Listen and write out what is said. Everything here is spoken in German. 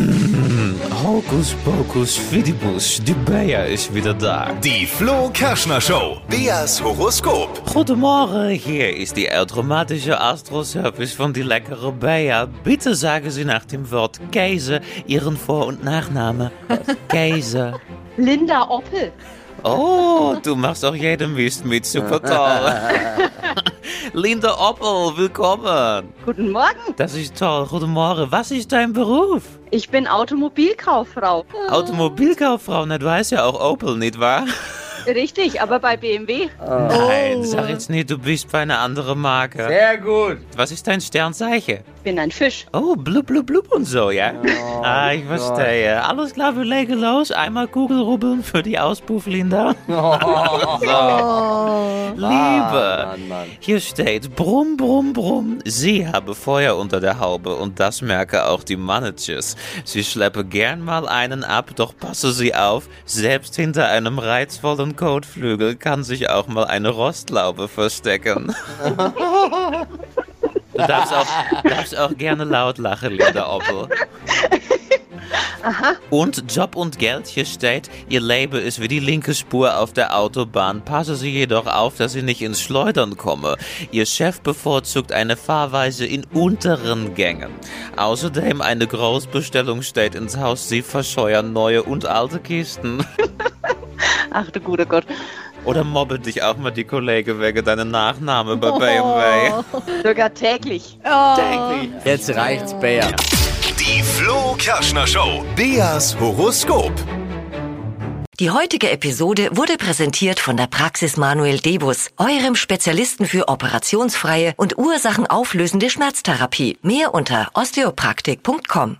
Mmh, Hokus Pokus Fidibus, die Bayer ist wieder da. Die Flo Kerschner Show. Beas Horoskop. Guten Morgen, hier ist die automatische Astro-Service von die leckere Bayer. Bitte sagen Sie nach dem Wort Käse Ihren Vor- und Nachname. Käse. Linda Oppel. Oh, du machst auch jeden Mist mit, super toll. Linda Oppel, willkommen. Guten Morgen. Das ist toll, guten Morgen. Was ist dein Beruf? Ich bin Automobilkauffrau. Automobilkauffrau, na du heißt ja auch Opel, nicht wahr? Richtig, aber bei BMW. Nein, sag jetzt nicht, du bist bei einer anderen Marke. Sehr gut. Was ist dein Sternzeichen? Ich bin ein Fisch. Oh, blub, blub, blub und so, ja? Oh ah, ich verstehe. Alles klar, wir legen los. Einmal Kugelrubbeln für die Auspuff, Linda. Liebe, Oh. Ah, Mann, Mann. hier steht, brumm, brumm, brumm. Sie habe Feuer unter der Haube und das merke auch die Managers. Sie schleppe gern mal einen ab, doch passe sie auf, selbst hinter einem reizvollen Kotflügel kann sich auch mal eine Rostlaube verstecken. Du darfst auch, darfst auch gerne laut lachen, Linda Oppel. Und Job und Geld hier steht, ihr Label ist wie die linke Spur auf der Autobahn. Passe sie jedoch auf, dass sie nicht ins Schleudern komme. Ihr Chef bevorzugt eine Fahrweise in unteren Gängen. Außerdem eine Großbestellung steht ins Haus, sie verscheuern neue und alte Kisten. Ach du guter Gott. Oder mobbe dich auch mal die Kollege wegen deinem Nachname bei BMW. Sogar täglich. Jetzt reicht's, Bär. Die Flo Kerschner Show. Beas Horoskop. Die heutige Episode wurde präsentiert von der Praxis Manuel Debus, eurem Spezialisten für operationsfreie und ursachenauflösende Schmerztherapie. Mehr unter osteopraktik.com.